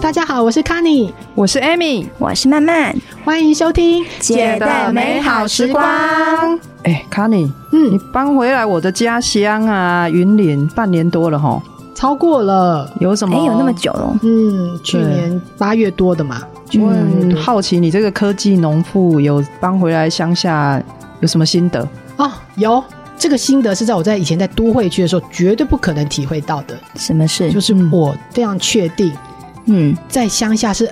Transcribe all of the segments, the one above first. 大家好，我是康妮，我是 Amy，我是曼曼，欢迎收听《姐的美好时光》。哎，康妮，你嗯，搬回来我的家乡啊，云林半年多了哈，超过了，有什么？哎，有那么久了？嗯，去年八月多的嘛，嗯去我年八月很多好奇，你这个科技农妇有搬回来乡下有什么心得？哦，有这个心得是在我在以前在都会区的时候绝对不可能体会到的，什么事就？是我非常确定嗯，在乡下是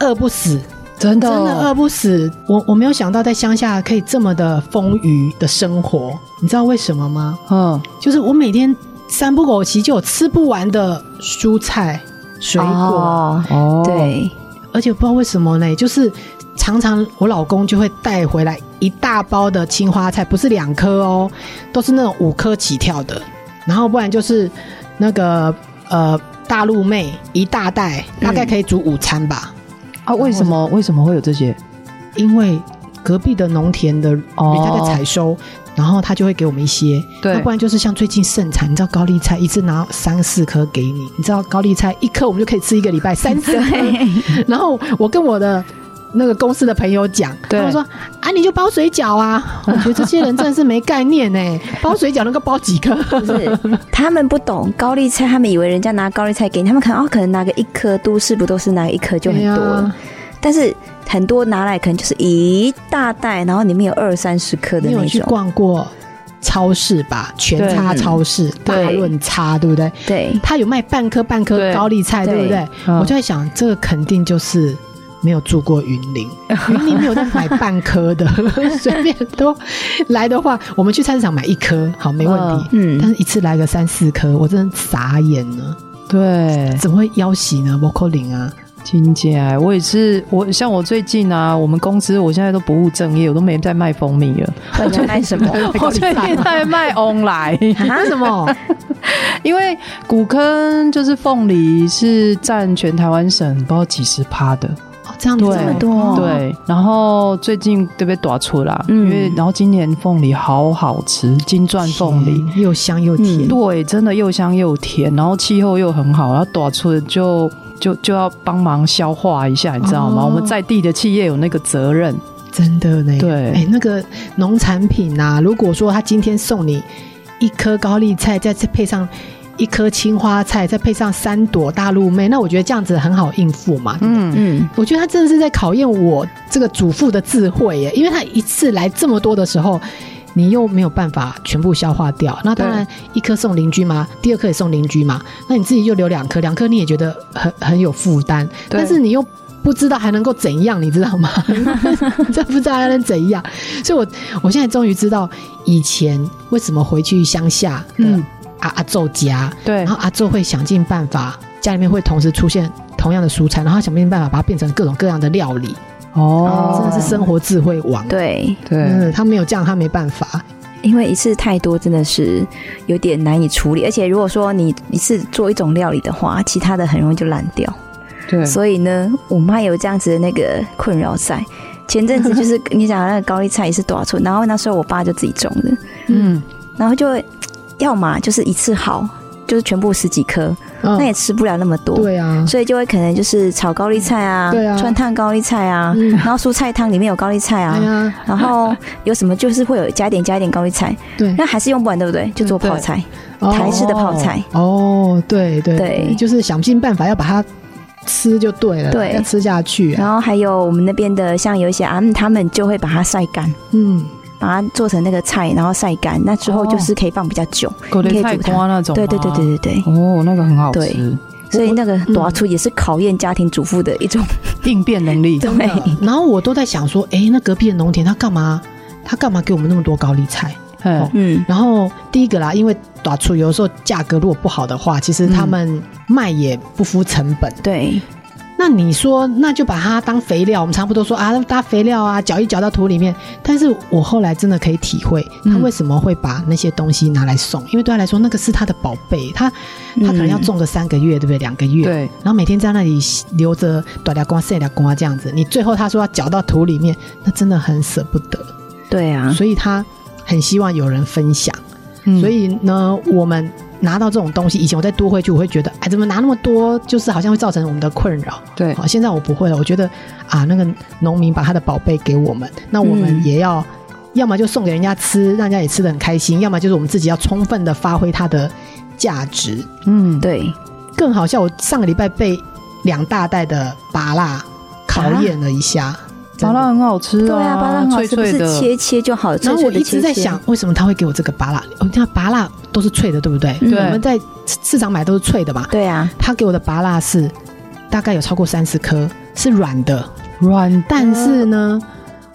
饿不死，真的真的哦饿不死。我我没有想到在乡下可以这么的丰腴的生活，你知道为什么吗？嗯，就是我每天三不狗齐就有吃不完的蔬菜水果，哦，哦，，对，而且不知道为什么呢，就是常常我老公就会带回来一大包的青花菜，不是两颗哦，都是那种五颗起跳的，然后不然就是那个呃大陆妹一大袋，大概可以煮午餐吧，啊，为什么为什么会有这些？因为隔壁的农田的人嗯哦家在采收。然后他就会给我们一些，对要不然就是像最近盛产，你知道高丽菜一次拿三四颗给你，你知道高丽菜一颗我们就可以吃一个礼拜三四颗， 然后我跟我的那个公司的朋友讲，他对们说啊，你就包水饺啊。我觉得这些人真的是没概念呢、包水饺能够包几颗？不是他们不懂高丽菜，他们以为人家拿高丽菜给你，他们可能哦，可能拿个一颗，都市不都是拿一颗就很多对了，啊但是很多拿来可能就是一大袋，然后里面有二三十颗的你有那去种，逛过超市吧？全对差超市、大对润差，对不对？对，他有卖半颗半颗对高丽菜，对对不对？嗯我就在想，这个肯定就是。没有住过云 林，云林没有在买半颗的， 随便都来的话，我们去菜市场买一颗，好没问题。但 嗯，是一次来个三四颗，我真的傻眼了，对，怎么会要洗呢？包扣零啊，金姐，我也是，我像我最近啊，我们公司我现在都不务正业，我都没在卖蜂蜜了，不然你要卖什么？ 我最近在卖 online。为 什么？哦因为古坑就是凤梨是占全台湾省不知道几十趴的，哦这样子对这这么么多，多，，对。然后最近特别打出啦，嗯因为然后今年凤梨好好吃，金钻凤梨，甜又香又甜嗯，对，真的又香又甜，然后气候又很好，然后打出的就就就要帮忙消化一下，你知道吗？哦我们在地的企业有那个责任，真的呢。对哎，那个农产品呐，如果说他今天送你一颗高丽菜，再配上。一颗青花菜，再配上三朵大陆妹，那我觉得这样子很好应付嘛。嗯，嗯。嗯，我觉得他真的是在考验我这个主妇的智慧耶，因为他一次来这么多的时候，你又没有办法全部消化掉。那当然，一颗送邻居嘛，第二颗也送邻居嘛，那你自己就留两颗，两颗你也觉得很很有负担，对但是你又。不知道还能够怎样，你知道吗？ 这不知道还能怎样，所以我我现在终于知道以前为什么回去乡下的嗯阿阿昼家，对然后阿周会想尽办法，家里面会同时出现同样的蔬菜，然后想尽办法把它变成各种各样的料理，哦真的是生活智慧王。，对，对嗯，他没有这样，他没办法。因为一次太多真的是有点难以处理，而且如果说你一次做一种料理的话，其他的很容易就烂掉。对所以呢，我妈有这样子的那个困扰在。前阵子就是你讲的那个高丽菜也是多少寸，然后那时候我爸就自己种的，嗯，然后就会要么就是一次好，就是全部十几颗，嗯那也吃不了那么多。对啊，所以就会可能就是炒高丽菜啊，对啊川烫高丽菜啊，嗯然后蔬菜汤里面有高丽菜啊，哎呀，然后有什么就是会有加一点加一点高丽菜，对，那还是用不完，对不对？就做泡菜，哦台式的泡菜。嗯哦，对对对就是想尽办法要把它吃就对了，对要吃下去啊。然后还有我们那边的，像有一些啊，嗯他们就会把它晒干，嗯，把它做成那个菜，然后晒干，那之后哦就是可以放比较久。狗的你可以菜煮它瓜那种，对对对对。对对，哦，那个很好对吃，所以那个嗯多出也是考验家庭主妇的一种。应变能力。对，然后我都在想说，哎，那隔壁的农田他干嘛？他干嘛给我们那么多高丽菜？嗯哦，嗯，然后第一个啦，因为短促有时候价格如果不好的话，其实他们卖也不敷成本。对，那你说，那就把它当肥料，我们差不多说啊，搭肥料啊，搅一搅到土里面。但是我后来真的可以体会，他嗯为什么会把那些东西拿来送，因为对他来说，那个是他的宝贝，他他可能要种个三个月，对不对？两个月，对，然后每天在那里留着短条瓜、细条瓜这样子，你最后他说要搅到土里面，那真的很舍不得，对啊，所以他很希望有人分享。嗯所以呢，我们拿到这种东西，以前我在都会区，我会觉得，哎，怎么拿那么多，就是好像会造成我们的困扰。对好，现在我不会了，我觉得啊，那个农民把他的宝贝给我们，那我们嗯也要，要么就送给人家吃，让人家也吃的很开心，要么就是我们自己要充分的发挥它的价值。嗯，对，更好笑，我上个礼拜被两大袋的拔蜡考验了一下，麻辣很好吃对啊，啊，芭乐很好脆吃，不脆是的，切切就好，然脆后脆我的一切直在。切想，为什么他会给我这个哦拔蜡？我看拔蜡都是脆的，对不对？嗯对我们在市场买都是脆的嘛。对啊，他给我的拔蜡是大概有超过三十颗，是软的，软的但是呢，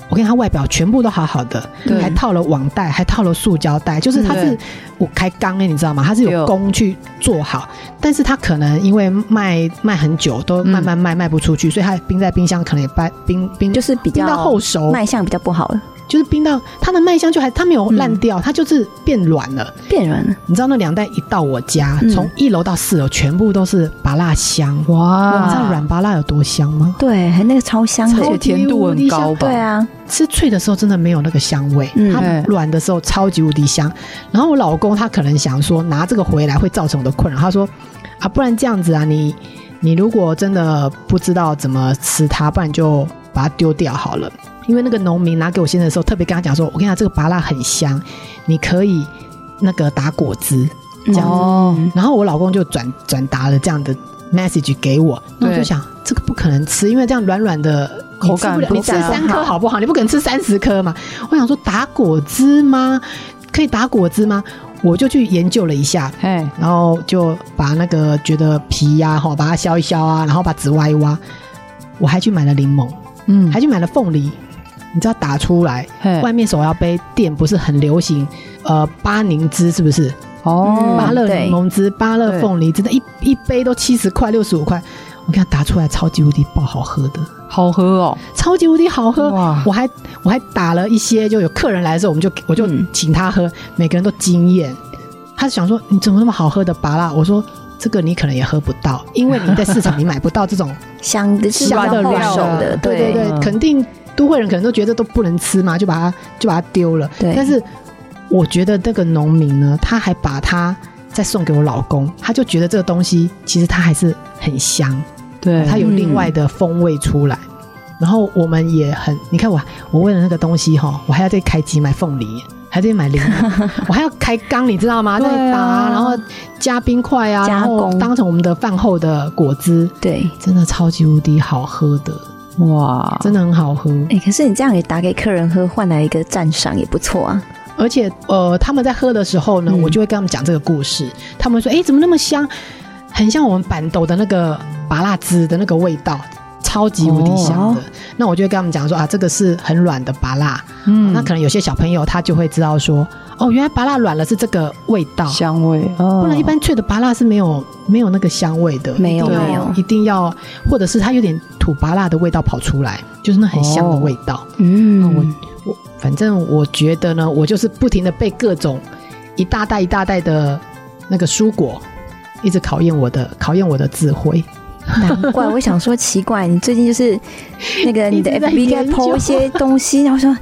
我跟他外表全部都好好的，对还套了网袋，还套了塑胶袋，就是它是对我开缸哎，你知道吗？它是有有工去做好，但是它可能因为卖卖很久，都慢慢卖、卖不出去，所以它冰在冰箱可能也冰冰冰就是比冰较到后熟，卖相比较不好了，就是冰到它的麦香就还它没有烂掉，它就是变软了。变软了。你知道那两袋一到我家，嗯从一楼到四楼全部都是拔辣香，哇，你知道软拔辣有多香吗？对，那个超香而超且的，甜度很高吧？对，啊，吃脆的时候真的没有那个香味，嗯它软的时候超级无敌香。然后我老公他可能想说拿这个回来会造成我的困扰，他说啊，不然这样子啊，你你如果真的不知道怎么吃它，不然你就把它丢掉好了。因为那个农民拿给我先生的时候，特别跟他讲说，我跟你讲这个拔辣很香，你可以那个打果汁。嗯这样子哦，然后我老公就转转达了这样的 message 给我，那我就对想这个不可能吃，因为这样软软的口你吃感不了，不你吃佳三颗好不好？你不可能吃三十颗嘛。我想说打果汁吗？可以打果汁吗？我就去研究了一下，哎，然后就把那个觉得皮啊呀、哈，把它削一削啊，然后把籽挖一挖。我还去买了柠檬，嗯，还去买了凤梨，你知道打出来，嘿外面手摇杯店不是很流行，呃，巴宁汁是不是？哦，芭乐柠檬汁、芭乐对凤梨，真的一一杯都七十块、六十五块，我看打出来超级无敌爆好喝的，好喝哦，超级无敌好喝。 哇，我还我还打了一些，就有客人来的时候，我们就我就嗯请他喝，每个人都惊艳。他想说你怎么那么好喝的芭拉？我说这个你可能也喝不到，因为你在市场你买不到这种香的是香的比较料后手的的，对对对对，嗯肯定都会人可能都觉得都不能吃嘛，就把它就把它丢了。对但是我觉得那个农民呢，他还把它再送给我老公，他就觉得这个东西其实它还是很香，对，它有另外的风味出来。嗯然后我们也很，你看我我为了那个东西哈，我还要再开机买凤梨。还得买柠檬， 我还要开缸，你知道吗？对再啊打、然后加冰块啊，加然后工当成我们的饭后的果汁，对。真的超级无敌好喝的，哇，真的很好喝。哎、可是你这样也打给客人喝，换来一个赞赏也不错啊。而且呃，他们在喝的时候呢，嗯我就会跟他们讲这个故事。他们说：“哎、怎么那么香？很像我们板豆的那个拔辣汁的那个味道，超级无敌香的。那我就会跟他们讲说：“啊，这个是很软的拔辣。嗯那可能有些小朋友他就会知道说：“哦，原来拔辣软了是这个味道。”香味，不不然一般脆的拔辣是没有没有那个香味的，没一有定要哦没有一定要，或者是它有点土拔辣的味道跑出来，就是那很香的味道。嗯，我我反正我觉得呢，我就是不停的被各种一大袋一大袋的那个蔬果，一直考验我的考验我的智慧。难怪我想说奇怪，你最近就是 那个你的一直在 FB 在研究 PO 一些东西，然后说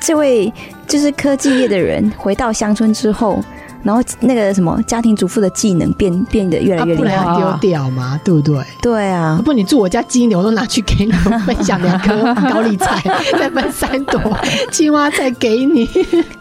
这位就是科技业的人回到乡村之后，然后那个什么家庭主妇的技能变变得越来啊，越不厉然嗯害。要丢掉嘛，对不对？对啊不，，你住我家鸡牛，我都拿去给你我分享两颗高丽菜，再分三朵青蛙菜给 你。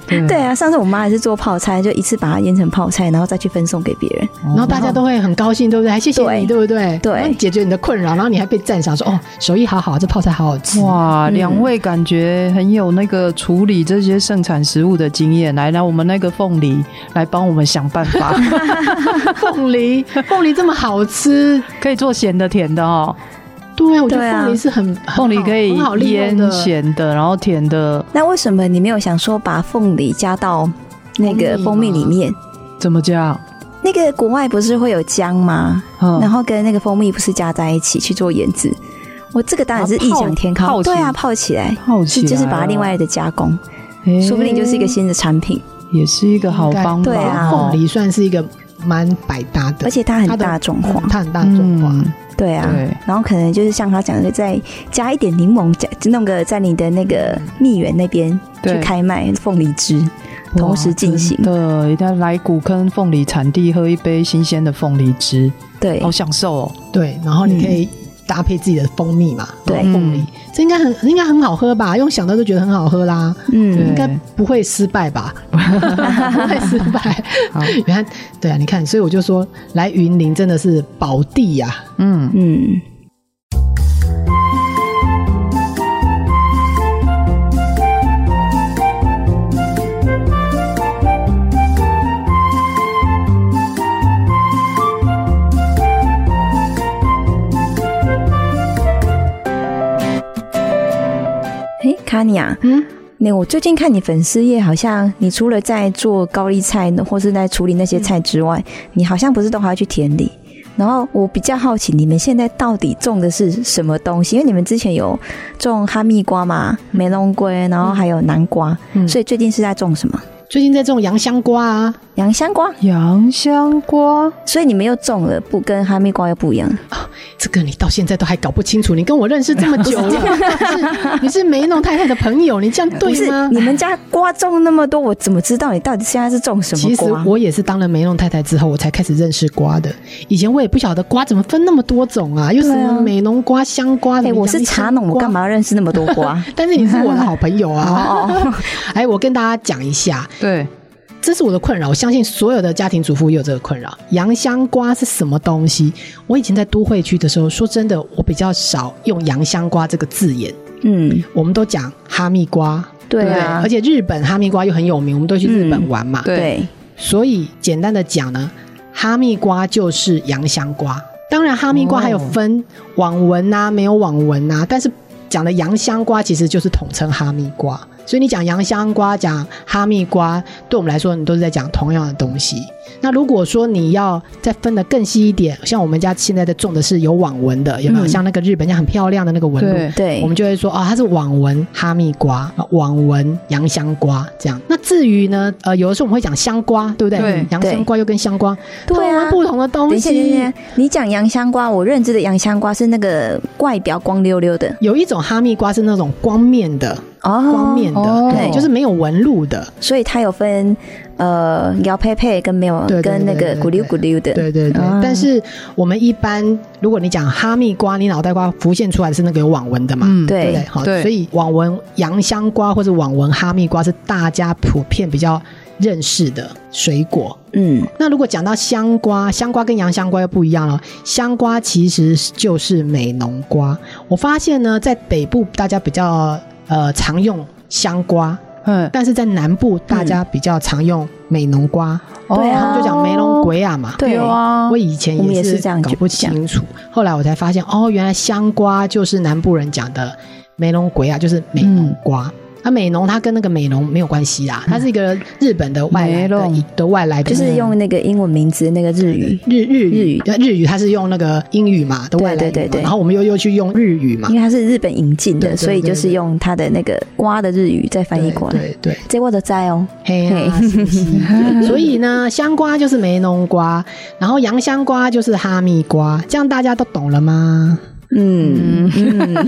对对，啊，上次我妈也是做泡菜，就一次把它腌成泡菜，然后再去分送给别人。哦然后大家都会很高兴，对不对？还谢谢你，对不对对？对帮你解决你的困扰，然后你还被赞赏说哦，手艺好好，这泡菜好好吃。哇，嗯两位感觉很有那个处理这些盛产食物的经验。来，来，我们那个凤梨来帮我们想 办法，凤梨，凤梨这么好吃，可以做咸的、甜的哦。对我觉对得啊凤梨是很很 凤梨好可以很好利用的腌咸的，然后甜的，那为什么你没有想说把凤梨加到那个蜂蜂蜜蜜吗里面？怎么讲？那个国外不是会有姜吗？然嗯，后跟那个蜂蜜不是加在一起去做腌制。我这个当然是异想天然后泡开，对泡啊，起泡起来，好奇是哦就是把它另外的加工，诶说不定就是一个新的产品，也是一个好方法对啊哦。凤梨算是一个蛮百搭的，而且它它很的大众化嗯，它很大众化。嗯，对啊。对，然后可能就是像他讲的，再加一点柠檬，加弄个在你的那个蜜源那边去对开卖凤梨汁，同时进行。的，一定要来古坑凤梨产地喝一杯新鲜的凤梨汁，对好享受哦。对，然后你可以搭配自己的蜂蜜嘛，对然后凤梨嗯，这应该很应该很好喝吧？用想到就觉得很好喝啦，应对，嗯该不会失败吧？不会失败好。你看，对啊，你看，所以我就说，来云林真的是宝地啊呀、嗯，嗯，诶，卡尼亚，嗯，那我最近看你粉丝页，好像你除了在做高丽菜或是在处理那些菜之外，你好像不是都还要去田里。然后我比较好奇，你们现在到底种的是什么东西？因为你们之前有种哈密瓜嘛、梅龙龟，然后还有南瓜，嗯所以最近是在种什么？最近在种洋香瓜啊，洋香瓜。洋香瓜，所以你们又种了，不跟哈密瓜又不一样。这个你到现在都还搞不清楚，你跟我认识这么久了，是你是梅农太太的朋友，你这样不对是吗？你们家瓜种那么多，我怎么知道你到底现在是种什其么实瓜？我也是当了梅农太太之后，我才开始认识瓜的。以前我也不晓得瓜怎么分那么多种啊，又什对么啊美浓瓜、香瓜哎、什么我是洋茶香农，我瓜干？嘛要认识那么多 瓜？但是你是我的好朋友啊！ 哦，哎，我跟大家讲一下，对，这是我的困扰，我相信所有的家庭主妇也有这个困扰。洋香瓜是什么东西？我以前在都会区的时候，说真的，我比较少用洋香瓜这个字眼，嗯，我们都讲哈密瓜。对对啊嗯而，且日本哈密瓜又很有名，我们都去日本玩嘛。对对，所以简单的讲呢，哈密瓜就是洋香瓜。当然，哈密瓜还有分网纹呐、没有网纹呐、但是讲的洋香瓜其实就是统称哈密瓜。所以你讲洋香瓜、讲哈密瓜，对我们来说，你都是在讲同样的东西。那如果说你要再分得更细一点，像我们家现在在种的是有网纹的，有没有？嗯像那个日本家很漂亮的那个纹路，对对，我们就会说啊、它是网纹哈密瓜、啊网纹洋香瓜这样。那至于呢，呃，有的时候我们会讲香瓜，对不对？对洋香瓜又跟香瓜，对啊它们不同的等东一下，等一西下。，你讲洋香瓜，我认知的洋香瓜是那个外表光溜溜的有一种哈密瓜是那种光面的，哦，光面的，哦对，就是没有纹路的。所以它有分呃摇佩佩跟没有对对跟那对个对咕溜咕溜的，对对对。啊但是我们一般，如果你讲哈密瓜，你脑袋瓜浮现出来的是那个有网纹的嘛？嗯，对不对对？好，对所以网纹洋香瓜或者网纹哈密瓜是大家普遍比较认识的水果。嗯那如果讲到香瓜，香瓜跟洋香瓜又不一样了。香瓜其实就是美浓瓜。我发现呢，在北部大家比较呃常用香瓜，嗯，但是在南部大家比较常用美浓瓜，对啊他们就讲梅龙鬼啊嘛。对哦有哦啊，我以前我们也也是这样搞觉不讲清楚，后来我才发现，哦，原来香瓜就是南部人讲的美浓鬼啊，就是美浓瓜。那、美浓它跟那个美浓没有关系啦，它是一个日本的外来梅的浓一的外来的，就是用那个英文名字那个日语，日日日语语，对日语它是用那个英语嘛的外来语嘛对对对对然后我们又又去用日语嘛因，为它是日本引进对对的，对所以就是对用它的那个瓜的日语再翻译过来。对对对，这我的在哦，嘿啊，嘿是不是对所以呢，香瓜就是梅浓瓜，然后洋香瓜就是哈密瓜，这样大家都懂了吗？嗯嗯，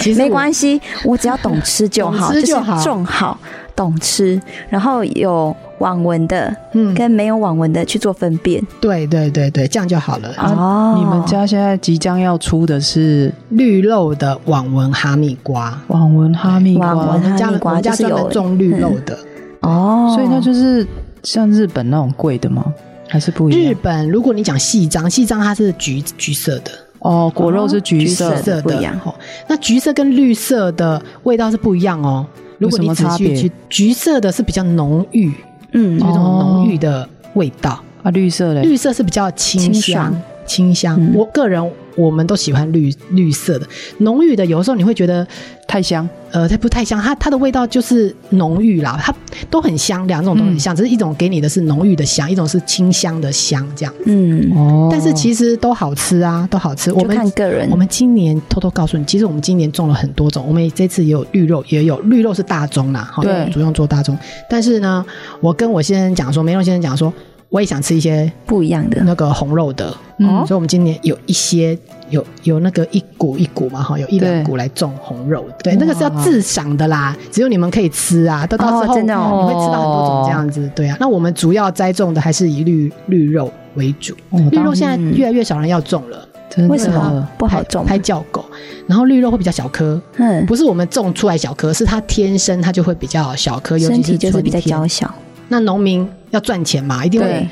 其实没系，关系，我只要懂吃就好，懂吃就好是种好，懂吃，然后有网纹的嗯，跟没有网纹的去做分辨。对对对对，这样就好了。哦，你们家现在即将要出的是绿肉的网纹哈密瓜，网纹哈密瓜，网我纹们家哈密我瓜们家就是专门有种绿肉的。哦，所以它就是像日本那种贵的吗？还是不一日样？本如果你讲细章，细章它是橘橘色的，哦，果肉是橘色橘橘色色的的不一样哦那橘色跟绿色的味道是不一样哦。如果你有什仔么差细别去，橘色的是比较浓郁，嗯有一种哦浓郁的味道；啊，绿色嘞，绿色是比较清清香爽。清香，嗯我个人我们都喜欢绿绿色的，浓郁的。有时候你会觉得，太香，呃，它不太香，它它的味道就是浓郁啦，它都很香，两种都很香，只是一种给你的是浓郁的香，一种是清香的香，这样。嗯，哦，但是其实都好吃啊，都好吃。我就们看个人我。们今年偷偷告诉你，其实我们今年种了很多种，我们也这次也有绿肉，也有绿肉是大宗啦，哈对主用做大宗。但是呢，我跟我先生讲说，梅肉先生讲说，我也想吃一些不一样的那个红肉的，哦嗯所以我们今年有一些有有那个一股一股嘛哈，有一对两股来种红肉，对，哇那个是要自赏的啦，只有你们可以吃啊，到到时候真的哦你会吃到很多种这样子，对啊。那我们主要栽种的还是以绿绿肉为主，哦绿当肉现在越来越少人要种了，真的为什么不好拍种？拍叫狗，然后绿肉会比较小颗，嗯，不是我们种出来小颗，是它天生它就会比较小颗，尤身其体就是春比较天娇小，那农民要赚钱嘛，一定会对。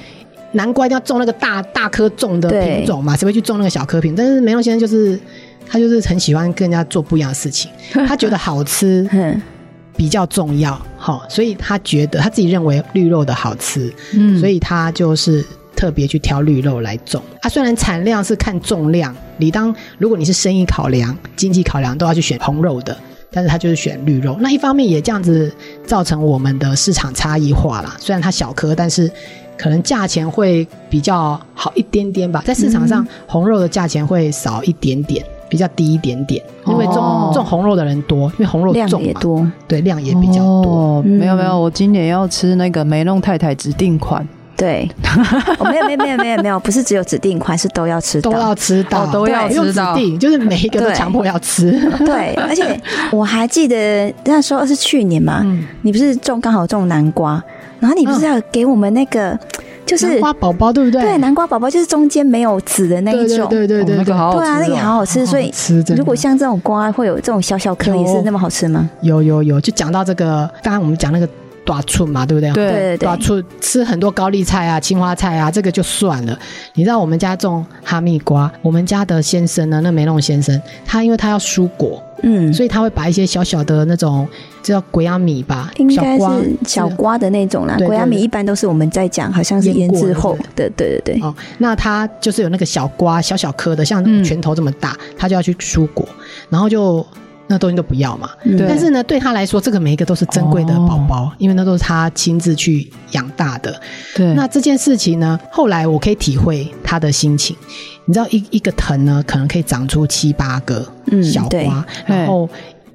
难怪要种那个大大颗种的对品种嘛，谁会去种那个小颗品？但是梅隆先生就是他就是很喜欢跟人家做不一样的事 情，他觉得好吃嗯，比较重要，哈、所以他觉得他自己认为绿肉的好吃，嗯所以他就是特别去挑绿肉来种。啊，虽然产量是看重量，理当如果你是生意考量、经济考量，都要去选红肉的。但是他就是选绿肉，那一方面也这样子造成我们的市场差异化啦。虽然它小颗，但是可能价钱会比较好一点点吧，在市场上、红肉的价钱会少一点点，比较低一点点，因为种、哦种红肉的人多，因为红肉量重也嘛，多，对，量也比较多。哦嗯没有没有，我今年要吃那个梅弄太太指定款， 对，哦、没有没有没有没有没有，不是只有指定款，是都要吃都到要。吃到，哦都要对用吃到指定就是每一个都对强迫要吃。对，而且我还记得那时候是去年嘛，嗯，哦你不是种刚好种南瓜，然后你不是要给我们那个，就是南瓜宝宝，对不对？对南瓜宝宝，就是中间没有籽的那对一种，对对对哦对那个对，好好对吃啊，那个好哦。好吃。所好以吃真的如果像这种瓜会有这种小小颗，有哦也是那么好吃吗？有有有，就讲到这个，刚刚我们讲那个短寸嘛，对不对？对对对短对，寸吃很多高丽菜啊、青花菜啊，这个就算了。你知道我们家种哈密瓜，我们家的先生呢，那梅弄先生，他因为他要蔬果，嗯，所以他会把一些小小的那种这叫鬼压米吧，应小该瓜是小是瓜的那种啦。对对国家米对一般都是我们在讲，好像是腌腌过制的后的，对对对，哦，那它就是有那个小瓜，小小颗的，像嗯拳头这么大，它就要去蔬果，然后就那东西都不要嘛。嗯对哦但是呢，对他来说，这个每一个都是珍贵的宝宝，因为那都是他亲自去养大的。对，那这件事情呢，后来我可以体会他的心情。你知道一，一个藤呢，可能可以长出七八个嗯小对瓜，嘿然后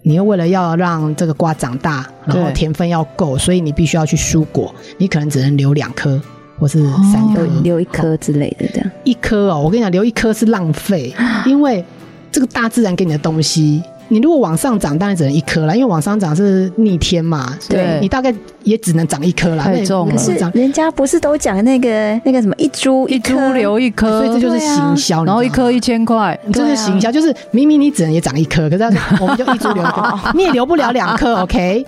你又为了要让这个瓜长大，然后对甜分要够，所以你必须要去蔬果，你可能只能留两颗或是三颗，留哦留一颗之类的这样。一颗哦，我跟你讲，留一颗是浪 费，因为这个大自然给你的东西，你如果往上涨，当然只能一颗啦，因为往上涨是逆天嘛，所以对你大概也只能长一颗啦，太那也重了不可是长，人家不是都讲那个那个什么一株一株颗留一颗，所以这就是对啊行销，然后一你知道吗颗一千块，这对是啊行销，就是明明你只能也长一颗，可是他说我们就一株留一颗，啊你也留不了两颗，OK？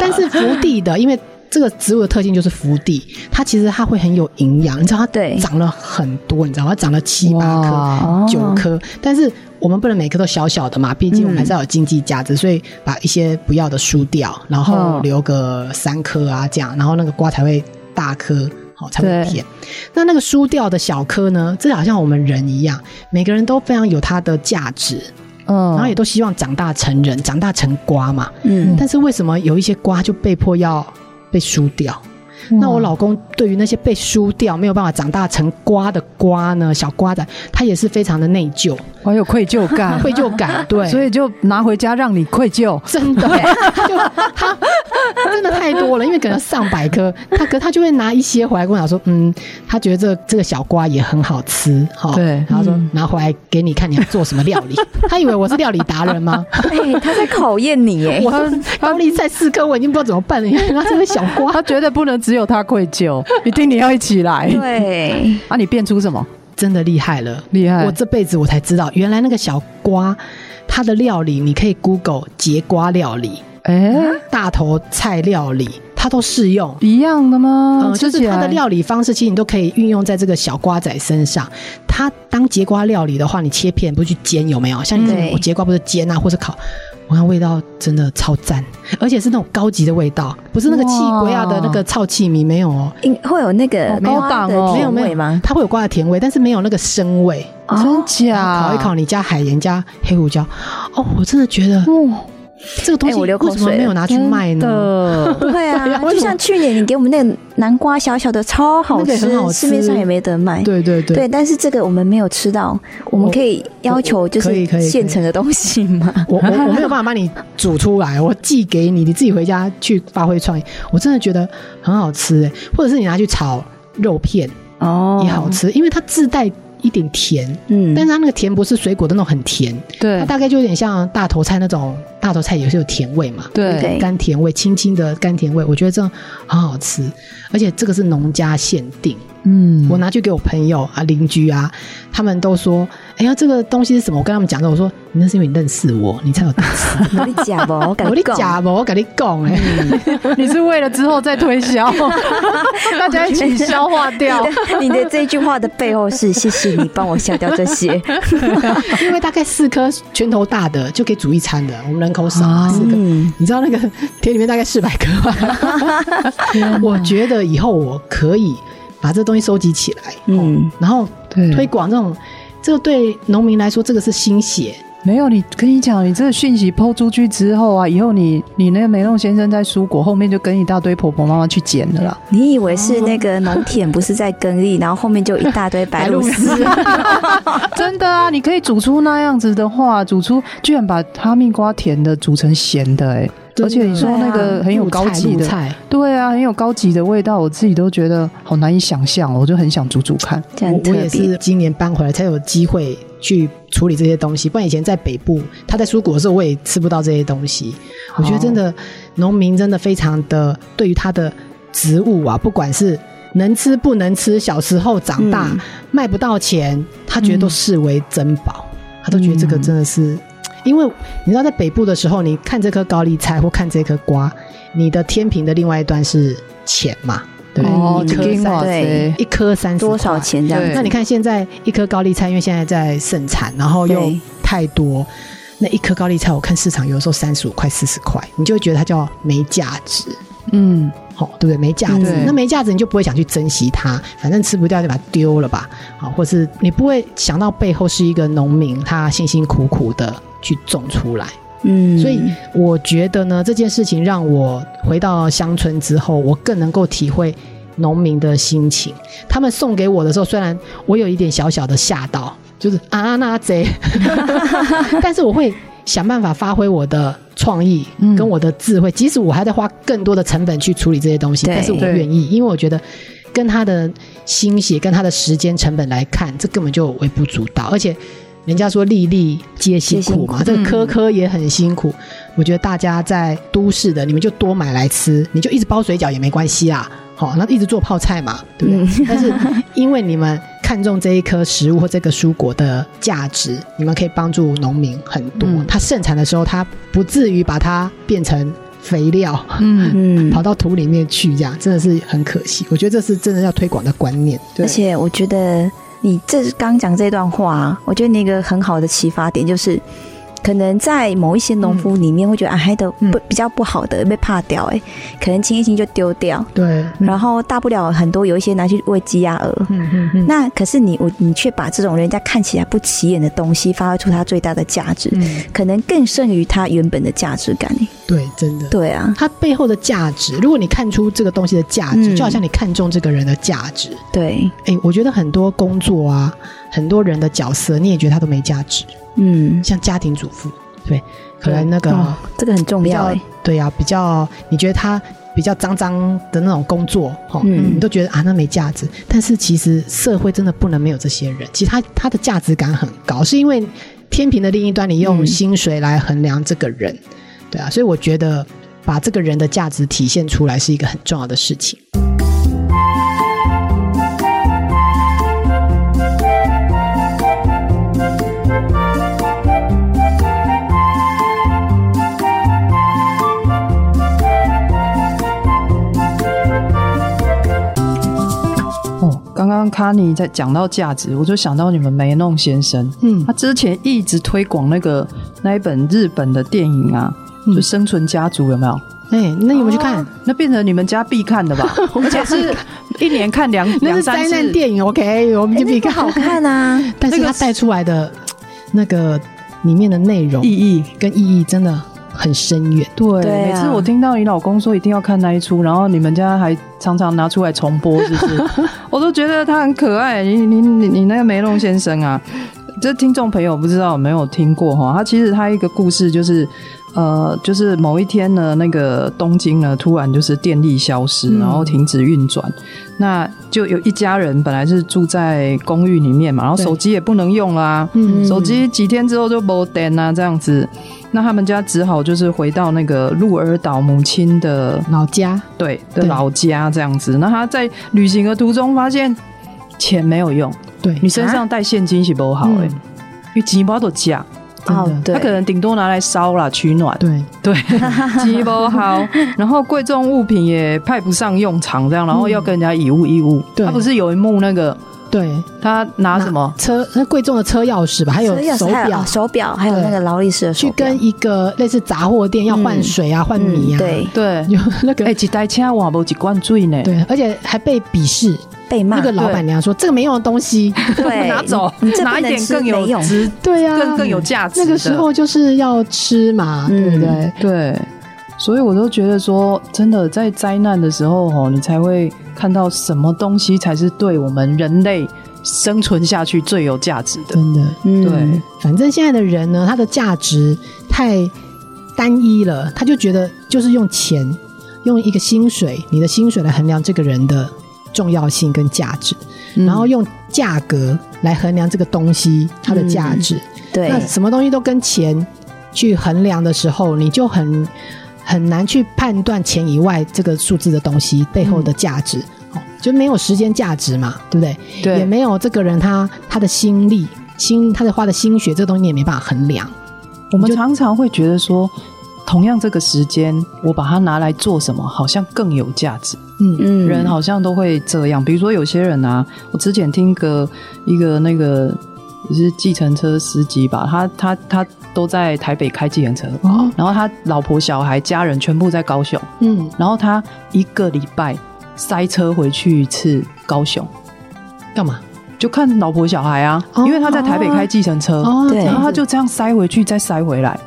但是伏地的，因为这个植物的特性就是伏地，它其实它会很有营养，你知道它对长了很多，你知道吗它长了七八哇颗、九颗，但是我们不能每颗都小小的嘛，毕竟我们还是要有经济价值，所以把一些不要的输掉，然后嗯留个三颗啊这样，然后那个瓜才会大颗。好才对会甜。那那个输掉的小颗呢？这好像我们人一样，每个人都非常有它的价值，嗯，哦然后也都希望长大成人，长大成瓜嘛。嗯，但是为什么有一些瓜就被迫要被输掉？那我老公对于那些被输掉、没有办法长大成瓜的瓜呢，小瓜仔，他也是非常的内 疚、我有哎愧疚感，愧疚感， 对，所以就拿回家让你愧疚。真的，他就他真的太多了，因为可能上百颗，他可他就会拿一些回来跟我讲说，嗯，他觉得这这个小瓜也很好吃，哈、对然后说、拿回来给你看你要做什么料理， 他以为我是料理达人吗？哎，他在考验你 耶。嗯我高丽菜四颗我已经不知道怎么办了，你看拿这个小瓜他，觉得不能只有他愧疚，一定你要一起来。对，啊，你变出什么真的厉害了。厉害？我这辈子我才知道，原来那个小瓜，它的料理你可以 Google 节瓜料理、哎、大头菜料理，它都适用。一样的吗？嗯，就是吃起它的来料理方式，其实你都可以运用在这个小瓜仔身上。它当节瓜料理的话，你切片不是去煎有没有？像你这对种节瓜不是煎啊，或是烤，我看味道真的超赞，而且是那种高级的味道，不是那个气哇鬼亚啊的那个臭气米没有哦，应会有那个哦高瓜档的没哦有甜没有味吗？它会有瓜的甜味，但是没有那个生味。真哦，假？烤一烤，你加海盐加黑胡椒，哦，我真的觉得哇，这个东嗯哎西我为流口什么水没有了拿去卖真呢？的 对对啊啊，为什么就像去年你给我们那个南瓜小小的，超好那个也很好吃，吃市面上也没得卖。对对对，对，但是这个我们没有吃到，我们可以要求就可以是可以可以现成的东西嘛。我我我没有办法帮你煮出来，我寄给你，你自己回家去发挥创意。我真的觉得很好吃、欸，或者是你拿去炒肉片哦也好吃，因为它自带一点甜，嗯，但是它那个甜不是水果的那种很甜，它对大概就有点像大头菜那种，大头菜也是有甜味嘛，对对甘甜味，清清的甘甜味，我觉得这样很好吃，而且这个是农家限定，嗯我拿去给我朋友啊、邻居啊，他们都说，哎呀，这个东西是什么？我跟他们讲的，我说你那是因为你认识我，你才有 得吃。我的假 不，我我跟的你讲，假不，我跟你讲哎、 你是为了之后再 推销，大家一起消化掉。啊你的这句话的背后是谢谢你帮我消掉这些，因为大概四颗拳头大的就可以煮一餐的，我们人口少嘛，啊四颗。嗯，你知道那个 田里面大概四百颗吧？ 我觉得以后我可以把这东西收集起来，嗯，嗯，然后对推广这种，这个对农民来说，这个是心血，没有，你跟你讲，你这个讯息抛出去之后啊，以后你你那个梅弄先生在蔬果后面就跟一大堆婆婆妈妈去捡 的啦。你以为是那个农田不是在耕地，然后后面就一大堆白鹭丝，真的啊，你可以煮出那样子的话，煮出居然把哈密瓜甜的煮成咸的、欸，真的 而且你说那个很有高级入的，啊菜，对啊，很有高级的味道，我自己都觉得好难以想象，我就很想煮煮看。这入样菜我我特也别。是今年搬回来才有机会去处理这些东西，不然以前在北部，他在蔬果的时候我也吃不到这些东西。我觉得真哦的，农民真的非常的对于他的植物啊，不管是能吃不能吃，小时候长大、嗯卖不到钱，他觉得都视为珍宝，他都觉得这嗯个真的是，因为你知道在北部的时候，你看这颗高丽菜或看这颗瓜，你的天平的另外一端是钱嘛，对不对，哦，一颗金三华对一颗三十多少块钱这样对子？那你看现在一颗高丽菜，因为现在在盛产，然后又对太多，那一颗高丽菜，我看市场有的时候三十五块、四十块，你就会觉得它叫没价值，嗯，好、对不对？没价嗯值对，那没价值你就不会想去珍惜它，反正吃不掉就把它丢了吧，好、或是你不会想到背后是一个农民，他辛辛苦苦的去种出来。嗯，所以我觉得呢，这件事情让我回到乡村之后，我更能够体会农民的心情。他们送给我的时候，虽然我有一点小小的吓到，就是啊那 贼，但是我会想办法发挥我的创意嗯跟我的智慧，即使我还在花更多的成本去处理这些东西，对但是我愿意，因为我觉得。跟他的心血、跟他的时间成本来看，这根本就微不足道。而且，人家说粒粒皆辛苦嘛，这个科科也很辛苦。我觉得大家在都市的，你们就多买来吃，你就一直包水饺也没关系啦。好、那一直做泡菜嘛，对嗯不对？但是因为你们看重这一颗食物或这个蔬果的价值，你们可以帮助农民很多。嗯它盛产的时候，它不至于把它变成肥料。 嗯，嗯跑到土里面去，这样真的是很可惜。我觉得这是真的要推广的观念。对而且我觉得你这刚讲这段话啊，我觉得你一个很好的启发点就是，可能在某一些农夫里面会觉得、啊，还的嗯不比较不好的被怕掉、欸，可能清一清就丢掉，对，然后大不了很多有一些拿去喂鸡鸭鹅。嗯嗯嗯，那可是你我你却把这种人家看起来不起眼的东西发挥出它最大的价值，嗯，可能更胜于它原本的价值感、欸。对，真的。对啊，它背后的价值，如果你看出这个东西的价值，嗯就好像你看中这个人的价值。对，哎、我觉得很多工作啊，很多人的角色，你也觉得他都没价值，嗯，像家庭主妇，对，可能那个、哦这个很重比要、较、欸。对呀、比较你觉得他比较脏脏的那种工作，哈、嗯你都觉得啊那没价值。但是其实社会真的不能没有这些人，其实他他的价值感很高，是因为天平的另一端你用嗯薪水来衡量这个人，对啊，所以我觉得把这个人的价值体现出来是一个很重要的事情。哦，刚刚卡尼在讲到价值，我就想到你们梅弄先生，嗯他之前一直推广那个那一本日本的电影啊，就嗯《生存家族》，有没有？哎、那有没有去看？那变成你们家必看的 吧？我们家是一年看两那两是三灾次哎难。电影，OK，我们就欸必那个看。好看啊，但是那个他带出来的那个里面的内容意义跟意义真的很深远。对，对每啊次我听到你老公说一定要看那一出，然后你们家还常常拿出来重播，是不 是？我都觉得他很可爱。你你你你那个梅隆先生啊，这听众朋友不知道有没有听过哈？他其实他一个故事就是呃，就是某一天呢，那个东京呢，突然就是电力消嗯失，然后停止运转，那就有一家人本来是住在公寓里面嘛，然后对手机也不能用啦，嗯手机几天之后就没电啊，这样子，那他们家只好就是回到那个鹿儿岛母亲的老家，对的对老家这样子。那他在旅行的途中发现钱没有用，对，你身上带现金是不好哎、嗯因为钱包都假， 真的哦，对他，可能顶多拿来烧啦取 暖，对，对，钱包好，然后贵重物品也派不上用场，这样，然后要跟人家以物易物。对他不是有一幕那个对，他拿啊什么？车那贵重的车钥匙吧，还有所以要手还有表哦，手表，还有对那个劳力士的手去表，跟一个类似杂货店要换水啊、换米嗯，啊，， 对，对，有那个哎、一台车我无一罐水呢。对，而且还被鄙视，被骂那，个老板娘说这个没用的东西，对，拿走，你你这拿一不能点吃更没有用值，对呀、更更有价值那的。个时候就是要吃嘛，嗯对不对？对，所以我都觉得说，真的在灾难的时候哦，你才会看到什么东西才是对我们人类生存下去最有价值的。真的，嗯对，反正现在的人呢，他的价值太单一了，他就觉得就是用钱，用一个薪水，你的薪水来衡量这个人的重要性跟价值，嗯然后用价格来衡量这个东西它的价值。嗯对那什么东西都跟钱去衡量的时候，你就很很难去判断钱以外这个数字的东西背后的价值，哦，就没有时间价值嘛，对不对？也对，没有这个人他他的心力、心他的花的心血，这个东西你也没办法衡量。我们常常会觉得说，同样这个时间，我把它拿来做什么，好像更有价值。嗯嗯人好像都会这样。比如说有些人啊，我之前听个一个那个也是计程车司机吧，他他他都在台北开计程车，哦，然后他老婆、小孩、家人全部在高雄，嗯，然后他一个礼拜塞车回去一次高雄，干嘛？就看老婆、小孩啊，哦因为他在台北开计程车。哦，对这然样后子他就这样塞回去，再塞回来。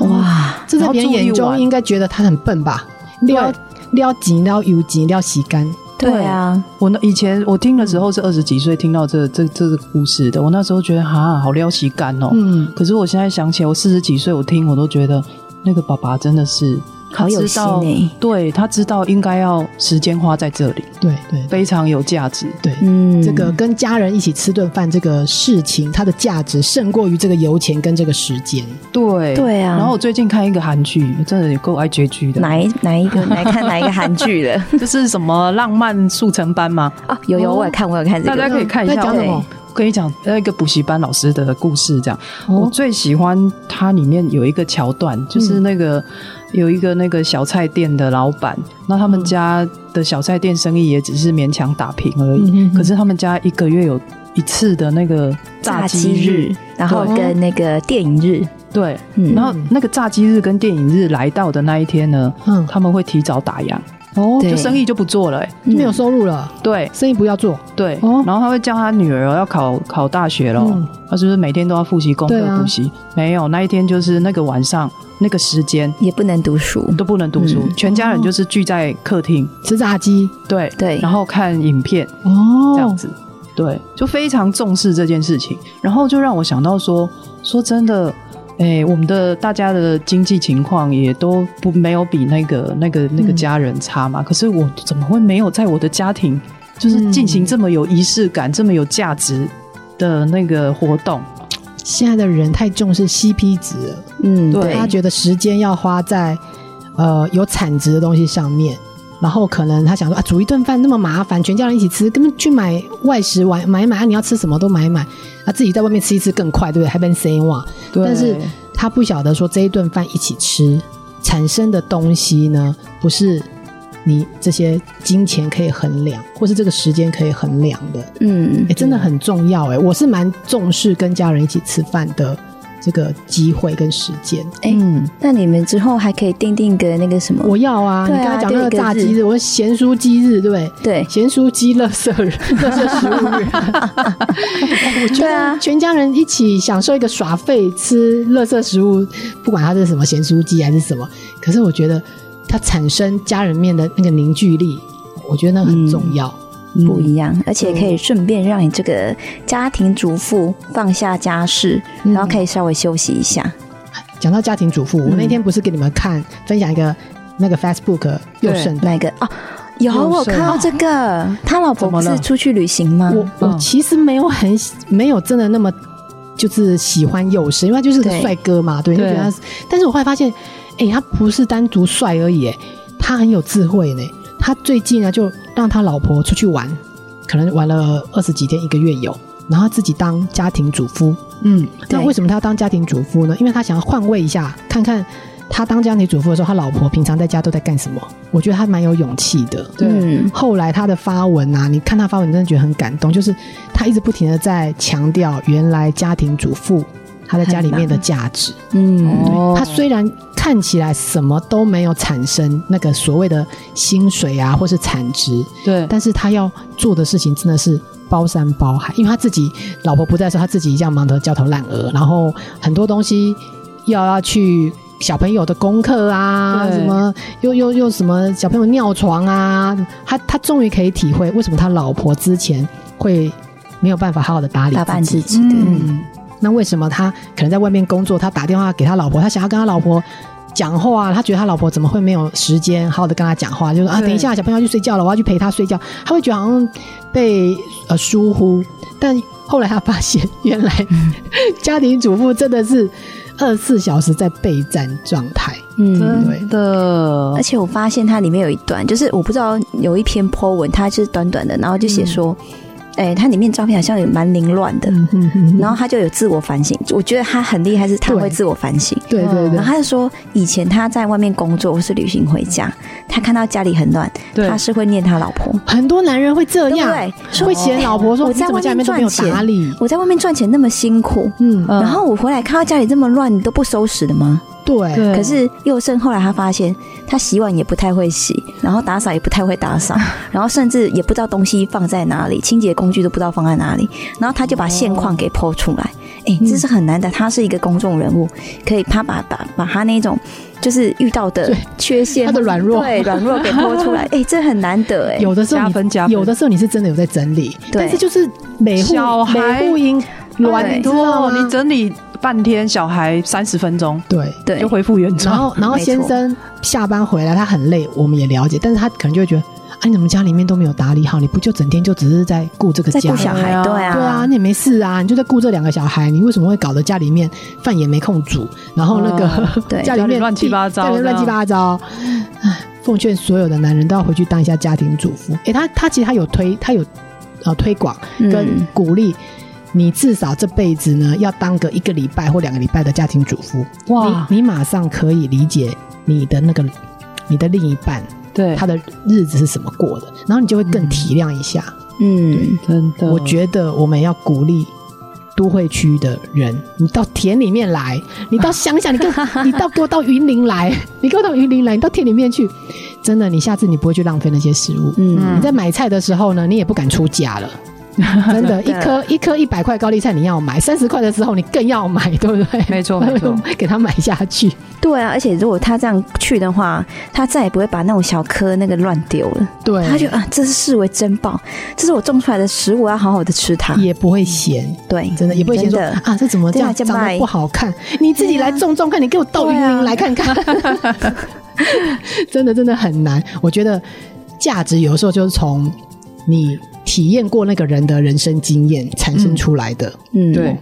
哇，哇，哦这在别人眼然后注意中完应该觉得他很笨吧？撩撩紧、撩油紧、撩洗干，对啊，我那以前我听的时候是二十几岁听到这这这个故事的，我那时候觉得哈，好撩喜感哦。嗯，可是我现在想起来，我四十几岁，我听我都觉得那个爸爸真的是他好有知心道，哎，对他知道应该要时间花在这里，对对非常有价值。对。嗯，这个跟家人一起吃顿饭这个事情，它的价值胜过于这个油钱跟这个时间。对对啊，然后我最近看一个韩剧，真的也够爱拮据的，哪一哪一 个来看哪一个韩剧了？就是什么浪漫速成班嘛，哦，有有，哦我也看，我有看这大家个，可以看一在下。哦讲什我么？跟你讲，那个补习班老师的故事，这样、我哦，最喜欢它里面有一个桥段，就是那个、有一个那个小菜店的老板，那他们家的小菜店生意也只是勉强打平而已，嗯嗯嗯可是他们家一个月有一次的那个炸炸鸡鸡日，日，然后对跟那个电影日，对，嗯，然后那个炸鸡日跟电影日来到的那一天呢，嗯，他们会提早打烊。哦，对就生意就不做了、欸。嗯没有收入了，对生意不要做。对、哦然后他会叫他女儿哦要考考大学咯，嗯他是不是每天都要复习功对啊课补习？没有，那一天就是那个晚上那个时间也不能读书，都不能读书、嗯全家人就是聚在客厅，吃炸鸡对对然后看影片哦这样子、对，就非常重视这件事情。然后就让我想到说，说真的。哎、我们的大家的经济情况也都不没有比那个那个那个嗯家人差嘛、可是我怎么会没有在我的家庭就是进行这么有仪式感、这么有价值的那个活动？现在的人太重视 CP 值了，嗯，对对他，觉得时间要花在呃有产值的东西上面，然后可能他想说啊，煮一顿饭那么麻烦，全家人一起吃，根本去买外食玩买一买啊，你要吃什么都买一买，啊自己在外面吃一吃更快，对不对？还变 C 哇，对但是他不晓得说这一顿饭一起吃产生的东西呢，不是你这些金钱可以衡量，或是这个时间可以衡量的。嗯哎、，真的很重要哎、我是蛮重视跟家人一起吃饭的这个机会跟时间。哎嗯，那你们之后还可以定定个那个什么？我要啊，对啊你刚才讲那个就一个炸鸡日日，我咸酥鸡日，对不对？对，哎咸酥鸡乐色 日，乐色食物日。我觉对啊得全家人一起享受一个耍废吃乐色食物，不管它是什么咸酥鸡还是什么，可是我觉得它产生家人面的那个凝聚力，我觉得那个很重要。不一样，而且可以顺便让你这个家庭主妇放下家事，嗯然后可以稍微休息一下。讲到家庭主妇，我那嗯天不是给你们看分享一个那个 Facebook 佑胜的，哪一个？哦，有右我肾看到这个，他老婆怎么不了是出去旅行吗？我我嗯其实没有很喜没有真的那么就是喜欢佑胜，因为他就是个对帅哥嘛，对，你就觉对得他是，但是我后来发现，哎、他不是单独帅而已，哎，他很有智慧呢。他最近啊，就让他老婆出去玩，可能玩了二十几天，一个月有，然后他自己当家庭主夫，嗯，那对为什么他要当家庭主妇呢？因为他想要换位一下，看看他当家庭主妇的时候，他老婆平常在家都在干什么。我觉得他蛮有勇气的。对嗯，后来他的发文啊，你看他发文，你真的觉得很感动，就是他一直不停的在强调，原来家庭主妇她在家里面的价值。嗯，哦，她虽然看起来什么都没有产生，那个所谓的薪水啊，或是产值，对但是他要做的事情真的是包山包海，因为他自己老婆不在的时候，他自己一样忙得焦头烂额，然后很多东西要要去小朋友的功课啊，对什么又又又什么小朋友尿床啊，他他终于可以体会为什么他老婆之前会没有办法好好的打理打扮自自己。己的，嗯那为什么他可能在外面工作，他打电话给他老婆，他想要跟他老婆讲话，他觉得他老婆怎么会没有时间好好的跟他讲话？就是啊，对等一下小朋友要去睡觉了，我要去陪他睡觉，他会觉得好像被呃疏忽。但后来他发现，原来家庭主妇真的是二十四小时在备战状态。嗯。真哦的而且我发现它里面有一段，就是我不知道有一篇 po 文，它就是短短的，然后就写说，哎、它里面照片好像也蛮凌乱的，嗯嗯嗯，然后他就有自我反省。我觉得他很厉害，是他对会自我反省。对对对然后，他就说，以前他在外面工作或是旅行回家，他看到家里很乱，对他是会念他老婆，很多男人会这对不样，对？说会嫌老婆说我你在怎么外家里面面都没有赚钱打，理。我在外面赚钱那么辛苦，嗯，嗯然后我回来看到家里这么乱，你都不收拾的吗？对，对，可是佑胜后来他发现，他洗碗也不太会洗，然后打扫也不太会 打扫，然后甚至也不知道东西放在哪里，清洁工具都不知道放在哪里，然后他就把现况给剖出来。哎、嗯这是很难的，他是一个公众人物，可以他把把把他那种就是遇到的 对缺陷，他的软弱对软弱给 剖出来，哎、这很难得哎、有的时候加你分加分有的时候你是真的有在整理，对但是就是每户小孩每户应对乱，你知道多，哎啊吗你整理半天，小孩三十分钟对。对就，恢复原然状，后，然后没错先生下班回来，他很累，我们也了解，但是他可能就会觉得，啊，你怎么家里面都没有打理好？你不就整天就只是在顾这个在家顾吗？小对孩，啊对啊，对啊，你也没事啊，你就在顾这两个小孩，你为什么会搞得家里面饭也没空煮，然后那个、 嗯对家里面乱七八糟家里面乱七八糟。唉奉劝所有的男人都要回去当一下家庭主妇。诶，他他其实他有推，他有呃推广跟嗯鼓励。你至少这辈子呢，要当个一个礼拜或两个礼拜的家庭主妇，哇，你你马上可以理解你的那个你的另一半对，他的日子是怎么过的，然后你就会更体谅一下。嗯，真的，我觉得我们要鼓励都会区的人，你到田里面来， 你到乡下，你跟你到给我到云林来， 你给我到云林来，你到田里面去，真的，你下次你不会去浪费那些食物。嗯你在买菜的时候呢，你也不敢出价 了。真的，一颗一颗一百块高丽菜你要买，三十块的时候你更要买，对不对？没错没错， 给他买下去。对啊，而且如果他这样去的话，他再也不会把那种小颗那个乱丢了。对，他就啊，这是视为珍宝，这是我种出来的食物，我要好好的吃它。也不会嫌，对，真的也不会嫌说真的啊，这怎么这样对啊这长得卖不好看？你自己啊来种种看，你给我到云对啊林来看看， 真的真的很难。我觉得价值有时候就是从你体验过那个人的人生经验产生出来的。嗯，对，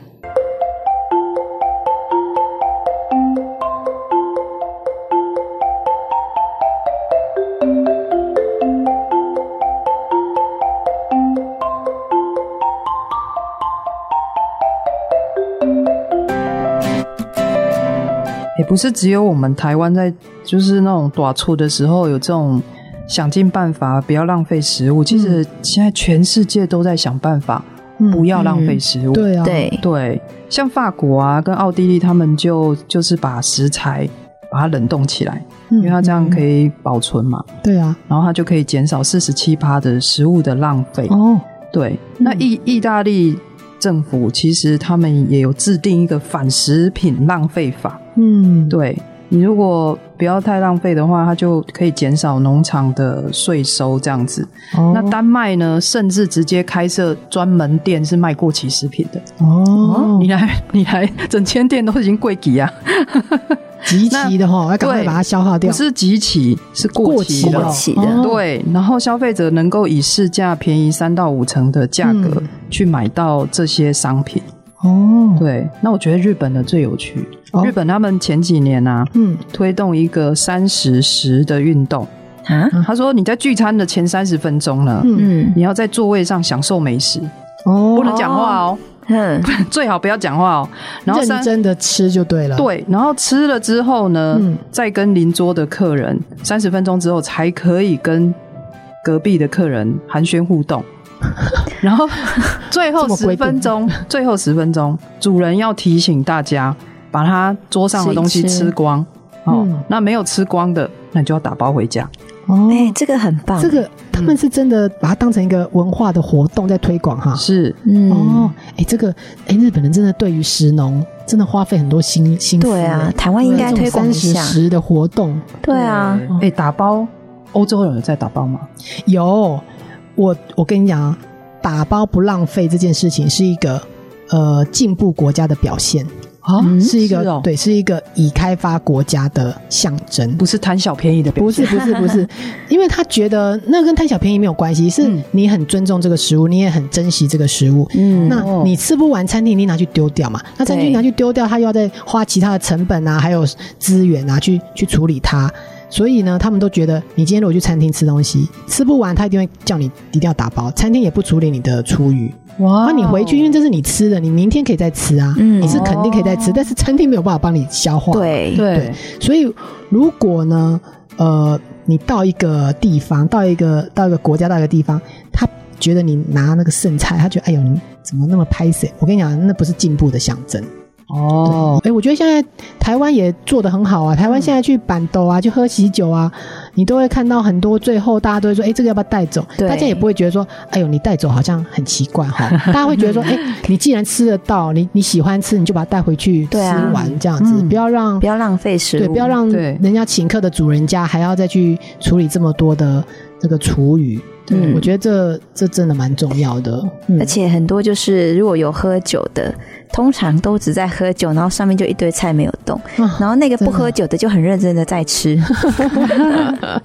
也不是只有我们台湾在，就是那种短促的时候有这种想尽办法不要浪费食物。其实现在全世界都在想办法嗯不要浪费食物。对啊，对，对，像法国啊跟奥地利，他们就就是把食材把它冷冻起来，嗯，因为它这样可以，以保存嘛，对啊，然后它就可以减少四十七趴的食物的浪费。哦，对，那意意大利政府其实他们也有制定一个反食品浪费法，嗯，对，你如果不要太浪费的话，它就可以减少农场的税收这样子。哦那丹麦呢，甚至直接开设专门店是卖过期食品的。哦你，来，你来，整间店都已经贵极啊！集齐的哈，要赶快对把它消化掉不。是集齐，是啊过过期期的。了过期的哦对，然后消费者能够以市价便宜三到五成的价格嗯去买到这些商品。哦，对，那我觉得日本的最有趣。哦日本他们前几年啊，嗯，推动一个三十十的运动。啊，他说，你在聚餐的前三十分钟呢，嗯嗯你要在座位上享受美食，不哦，能讲话哦， 嗯，最好不要讲话哦。然后认三真的吃就对了。，对，然后吃了之后呢，嗯再跟邻桌的客人三十分钟之后才可以跟隔壁的客人寒暄互 动。然后最后这么规定十分钟，最后十分钟，主人要提醒大家把他桌上的东西吃一吃吃光。哦，嗯那没有吃光的，那你就要打包回家。哦，哎，这个很棒，这个他们是真的把它当成一个文化的活动在推广哈。是，哦嗯，，哎，这个哎，日本人真的对于食农真的花费很多心心思。对啊哎，台湾应该推广一下三，十的活动对啊，哎、打包，欧洲人有在打包吗？有，我我跟你讲啊，打包不浪费这件事情是一个呃进步国家的表现，啊嗯是一个、哦，对，是一个已开发国家的象征。不是贪小便宜的表不是不是不 是，因为他觉得那跟贪小便宜没有关系，是嗯你很尊重这个食物，你也很珍惜这个食物。嗯，那你吃不完餐厅，你拿去丢掉嘛？那餐厅对拿去丢掉，他又要再花其他的成本啊，还有资源啊，去去处理它。所以呢，他们都觉得你今天如果去餐厅吃东西，吃不完，他一定会叫你一定要打包。餐厅也不处理你的厨余，哇啊那你回去，因为这是你吃的，你明天可以再吃啊，哦嗯你是肯定可以再吃，但是餐厅没有办法帮你消化。，对，对对，所以如果呢，呃，你到一个地方，到一个到一个国家，到一个地方，他觉得你拿那个剩菜，他觉得哎呦，你怎么那么拍谁？我跟你讲，那不是进步的象征。哦，哎，我觉得现在台湾也做得很好啊，台湾现在去板豆啊，去喝喜酒啊，你都会看到很多，最后大家都会说，哎，这个要不要带走？对大家也不会觉得说，哎呦，你带走好像很奇怪哈、 大家会觉得说，哎，你既然吃得到，你你喜欢吃，你就把它带回去吃对啊完，这样子，嗯不要让不要浪费食物，对，不要让对人家请客的主人家还要再去处理这么多的那个厨余。对，嗯我觉得这这真的蛮重要的。嗯而且很多就是如果有喝酒的，通常都只在喝酒，然后上面就一堆菜没有动，啊哎然后那个真不的喝酒的就很认真的在吃，嗯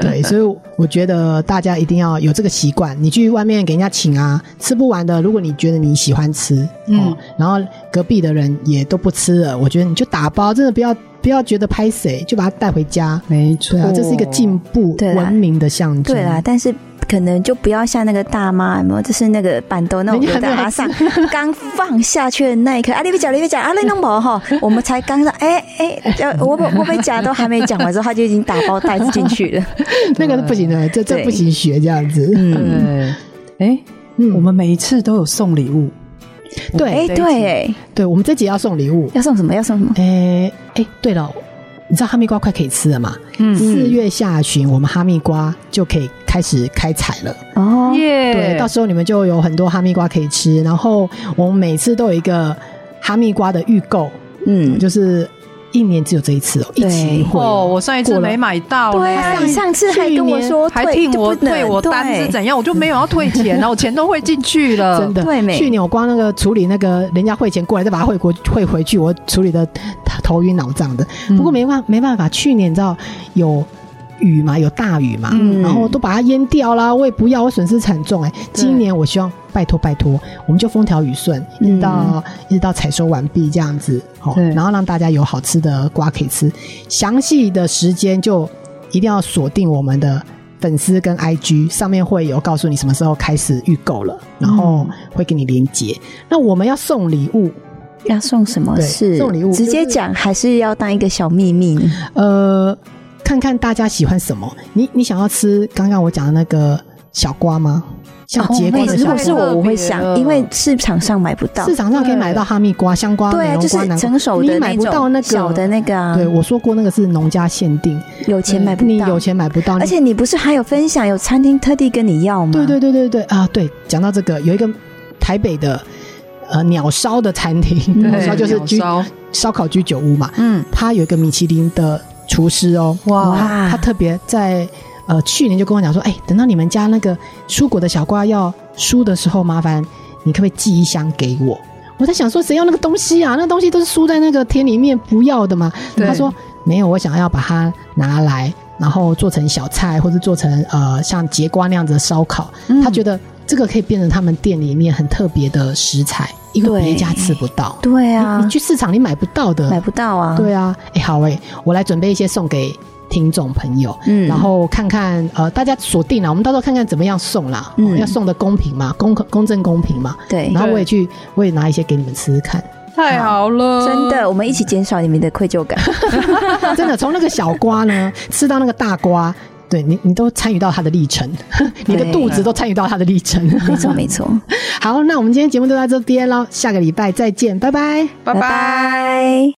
对，所以我觉得大家一定要有这个习惯。你去外面给人家请啊，吃不完的，如果你觉得你喜欢吃，嗯哦，然后隔壁的人也都不吃了，我觉得你就打包，真的不要不要觉得拍谁，就把它带回家。没错，对啊，这是一个进步哦对啦文明的象征。对啦，但是。可能就不要像那个大妈，有没有？就是那个板豆那种人家留在还阿没上刚放下去的那一刻，啊，你别讲，你别讲，啊，你弄毛哈，我们才刚上，哎哎，要我被我被夹都还没讲完之后，他就已经打包袋子进去了。 那个不行的，这这对不行学这样子。嗯，对，哎，嗯，我们每一次都有送礼物，对哎，对，哎，对，我们这集要送礼物，要送什么？要送什么？诶诶，对了，你知道哈密瓜快可以吃了嘛？嗯，四、月下旬，我们哈密瓜就可以开始开采了。哦，对，耶到时候你们就有很多哈密瓜可以吃。然后我们每次都有一个哈密瓜的预购，嗯，就是一年只有这一次哦，一对期一会哦，哦我上一次过了没买到，对哎啊，你上次还跟我说还退替我就不能退我单对是怎样，我就没有要退 钱啊，我钱都汇进去了，真的，对没去年我光那个处理那个人家汇钱过来，再把它汇过汇回去，我处理的头晕脑胀的。不过没办没办法，去年你知道有雨嘛，有大雨嘛，嗯然后都把它淹掉啦，我也不要，我损失惨重哎、今年我希望拜托拜托，我们就风调雨顺，一直到、一直到采收完毕这样子，好、对然后让大家有好吃的瓜可以吃。详细的时间就一定要锁定我们的。粉丝跟 IG 上面会有告诉你什么时候开始预购了，然后嗯会给你连接。那我们要送礼物，要送什么对是送礼物直接就是讲还是要当一个小秘密呢？呃，看看大家喜欢什么。你你想要吃刚刚我讲的那个小瓜吗？像结瓜那的如小果瓜，是哦我，我太特会别想，了因为市场上买不到市，场上可以买到哈密瓜、香瓜、对美啊，容就是瓜、南瓜成熟的你那买不到种那个小的那个啊对，，我说过那个是农家限定，有钱买不你有到。钱买不到。而且你不是还有分享，有餐厅特地跟你要你，吗？对对对对对啊，对，讲到这个，有一个台北的呃鸟烧的餐厅，对 鸟烧就是鸟居烧烧烤居酒屋嘛，嗯，他有一个米其林的厨师哦，哇，哇他，特别在呃去年就跟我讲说，哎、等到你们家那个蔬果的小瓜要酥的时候，麻烦你可不可以寄一箱给我？我在想说，谁要那个东西啊？那个东西都是酥在那个田里面不要的嘛。对他说没有，我想要把它拿来，然后做成小菜，或者做成呃像节瓜那样子的烧烤。嗯他觉得这个可以变成他们店里面很特别的食材，因为对别家吃不到。对你啊你，去市场你买不到的，买不到啊，，对啊，哎、好哎、我来准备一些送给听众朋友，嗯，然后看看呃大家锁定了，我们到时候看看怎么样送啦，嗯哦要送的公平嘛，公公正公平嘛。对然，后我也去，我也拿一些给你们吃吃 看。太好了，真的，我们一起减少你们的愧疚 感，真的，从那个小瓜呢， 吃到那个大瓜，对你，你都参与到它的历程， 你的对肚子都参与到它的历程。 没错没错，好，那我们今天节目就到这边喽，下个礼拜再见，拜拜。拜拜。拜。